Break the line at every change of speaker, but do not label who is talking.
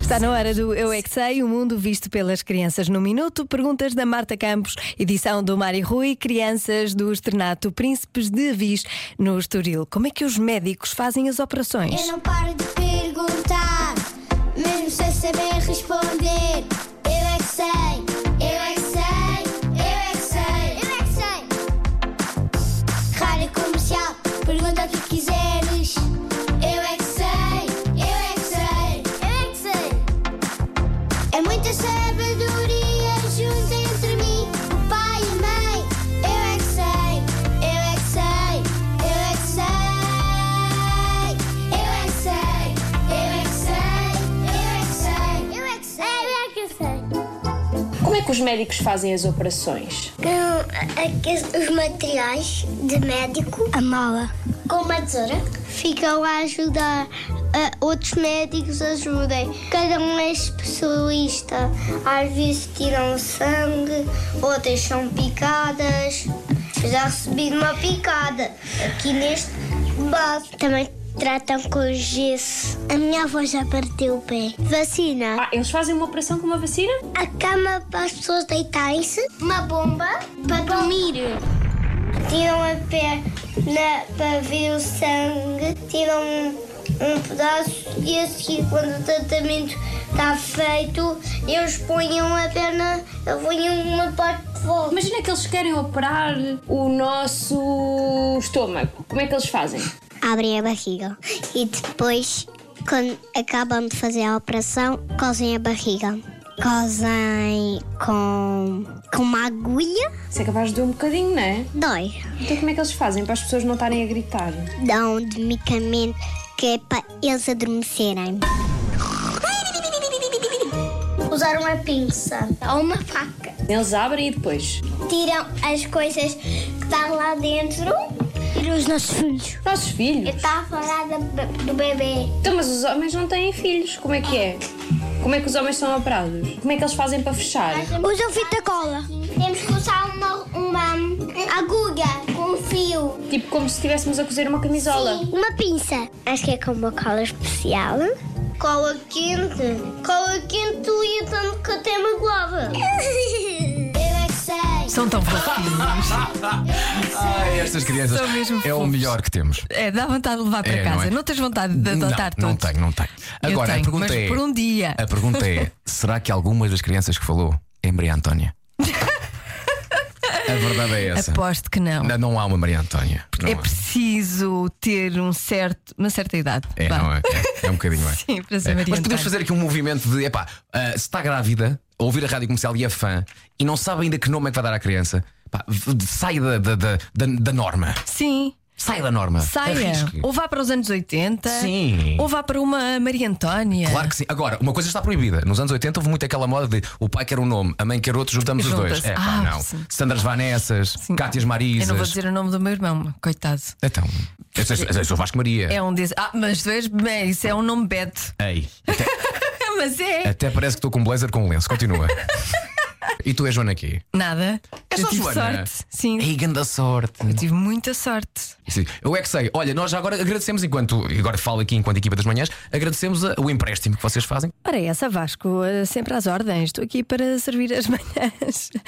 Está na hora do Eu É Que Sei, o mundo visto pelas crianças no minuto. Perguntas da Marta Campos, edição do Mário Rui, crianças do externato Príncipes de Avis, no Estoril. Como é que os médicos fazem as operações?
Eu não paro de perguntar, mesmo sem saber responder. Eu é que sei, eu é que sei, eu é que sei, eu é que sei. Rádio comercial, pergunta o que quiseres. Eu é que sei, eu é que sei, eu é que sei. É muita sabedoria junta entre mim, o pai e a mãe. Eu é que sei, eu é que sei, eu é que sei. Eu é que sei, eu é que sei, eu é que sei, eu é que sei, eu é que sei.
Como é que os médicos fazem as operações?
os materiais de médico, a mala, com uma tesoura, ficam a ajudar a outros médicos ajudem. Cada um é especialista. Às vezes tiram sangue, outras são picadas. Já recebi uma picada aqui neste braço. Também tratam com gesso. A minha avó já partiu o pé. Vacina.
Ah, eles fazem uma operação com uma vacina?
A cama para as pessoas deitarem-se. Uma bomba para dormir. Tiram a perna para ver o sangue. Tiram um, um pedaço e a seguir, quando o tratamento está feito, eles ponham a perna, ponham uma parte de volta.
Imagina que eles querem operar o nosso estômago. Como é que eles fazem?
Abrem a barriga e depois, quando acabam de fazer a operação, cosem a barriga. Cosem com, com uma agulha.
Isso é capaz de doer um bocadinho, não é?
Dói.
Então como é que eles fazem para as pessoas não estarem a gritar?
Dão de medicamento que é para eles adormecerem. Usar uma pinça ou uma faca.
Eles abrem e depois.
Tiram as coisas que estão lá dentro. tá E os nossos filhos.
Nossos filhos.
estava a falar do bebê.
Então, mas os homens não têm filhos. Como é que é? Como é que os homens são operados? Como é que eles fazem para fechar?
Usam fita cola. Temos que usar uma, uma agulha com fio.
Tipo como se estivéssemos a cozer uma camisola.
Uma pinça. Acho que é com uma cola especial. Cola quente. Cola quente e tanto que até magoava. Eu é que sei.
São tão fofinhos.
Ai, estas crianças
São mesmo
é o
fofos.
melhor que temos.
É, dá vontade de levar para
É, não
casa.
é?
Não, tens vontade de adotar
não, não
todos?
tenho, não tenho.
Eu
Agora,
tenho,
a pergunta
mas
é.
por um dia.
A pergunta é: será que algumas das crianças que falou é Maria Antónia? a verdade é essa.
Aposto que não.
Não, não há uma Maria Antónia. Não
É
há.
preciso ter um certo, uma certa idade.
É,
Vá.
não é? É, é um bocadinho, é.
Sim, para ser
É.
Maria
Mas podemos
Antónia.
fazer aqui um movimento de epá, ah, se está grávida, a ouvir a rádio comercial e é fã e não sabe ainda que nome é que vai dar à criança, pá, v- de- sai da, da, da, da- da norma.
Sim,
Sai da norma.
saia.
Arrisque.
Ou vá para os anos 80.
Sim.
Ou vá para uma Maria Antónia.
Claro que sim. Agora, uma coisa está proibida. Nos anos 80 houve muito aquela moda de o pai quer um nome, a mãe quer outro, juntamos os dois.
Junta-se.
É,
Ah,
pá, não.
sim.
Sandras Vanessas, Cátias
Eu
Marisas.
não vou dizer o nome do meu irmão, coitado.
Então, eu sou, eu sou Vasco Maria.
É um desses. Ah, mas tu és bem, isso é um nome beto.
Ei, até,
mas é.
até parece que estou com um blazer com um lenço. Continua. e tu és Joana aqui?
Nada.
É
Eu
só
tive
Joana. É.
sorte. Sim.
Ei, grande sorte.
Eu tive muita sorte.
Sim, eu é que sei. Olha, nós já agora agradecemos, enquanto, e agora falo aqui enquanto equipa das manhãs, agradecemos a- o empréstimo que vocês fazem.
Ora, essa Vasco, eh, sempre às ordens. Estou aqui para servir as manhãs.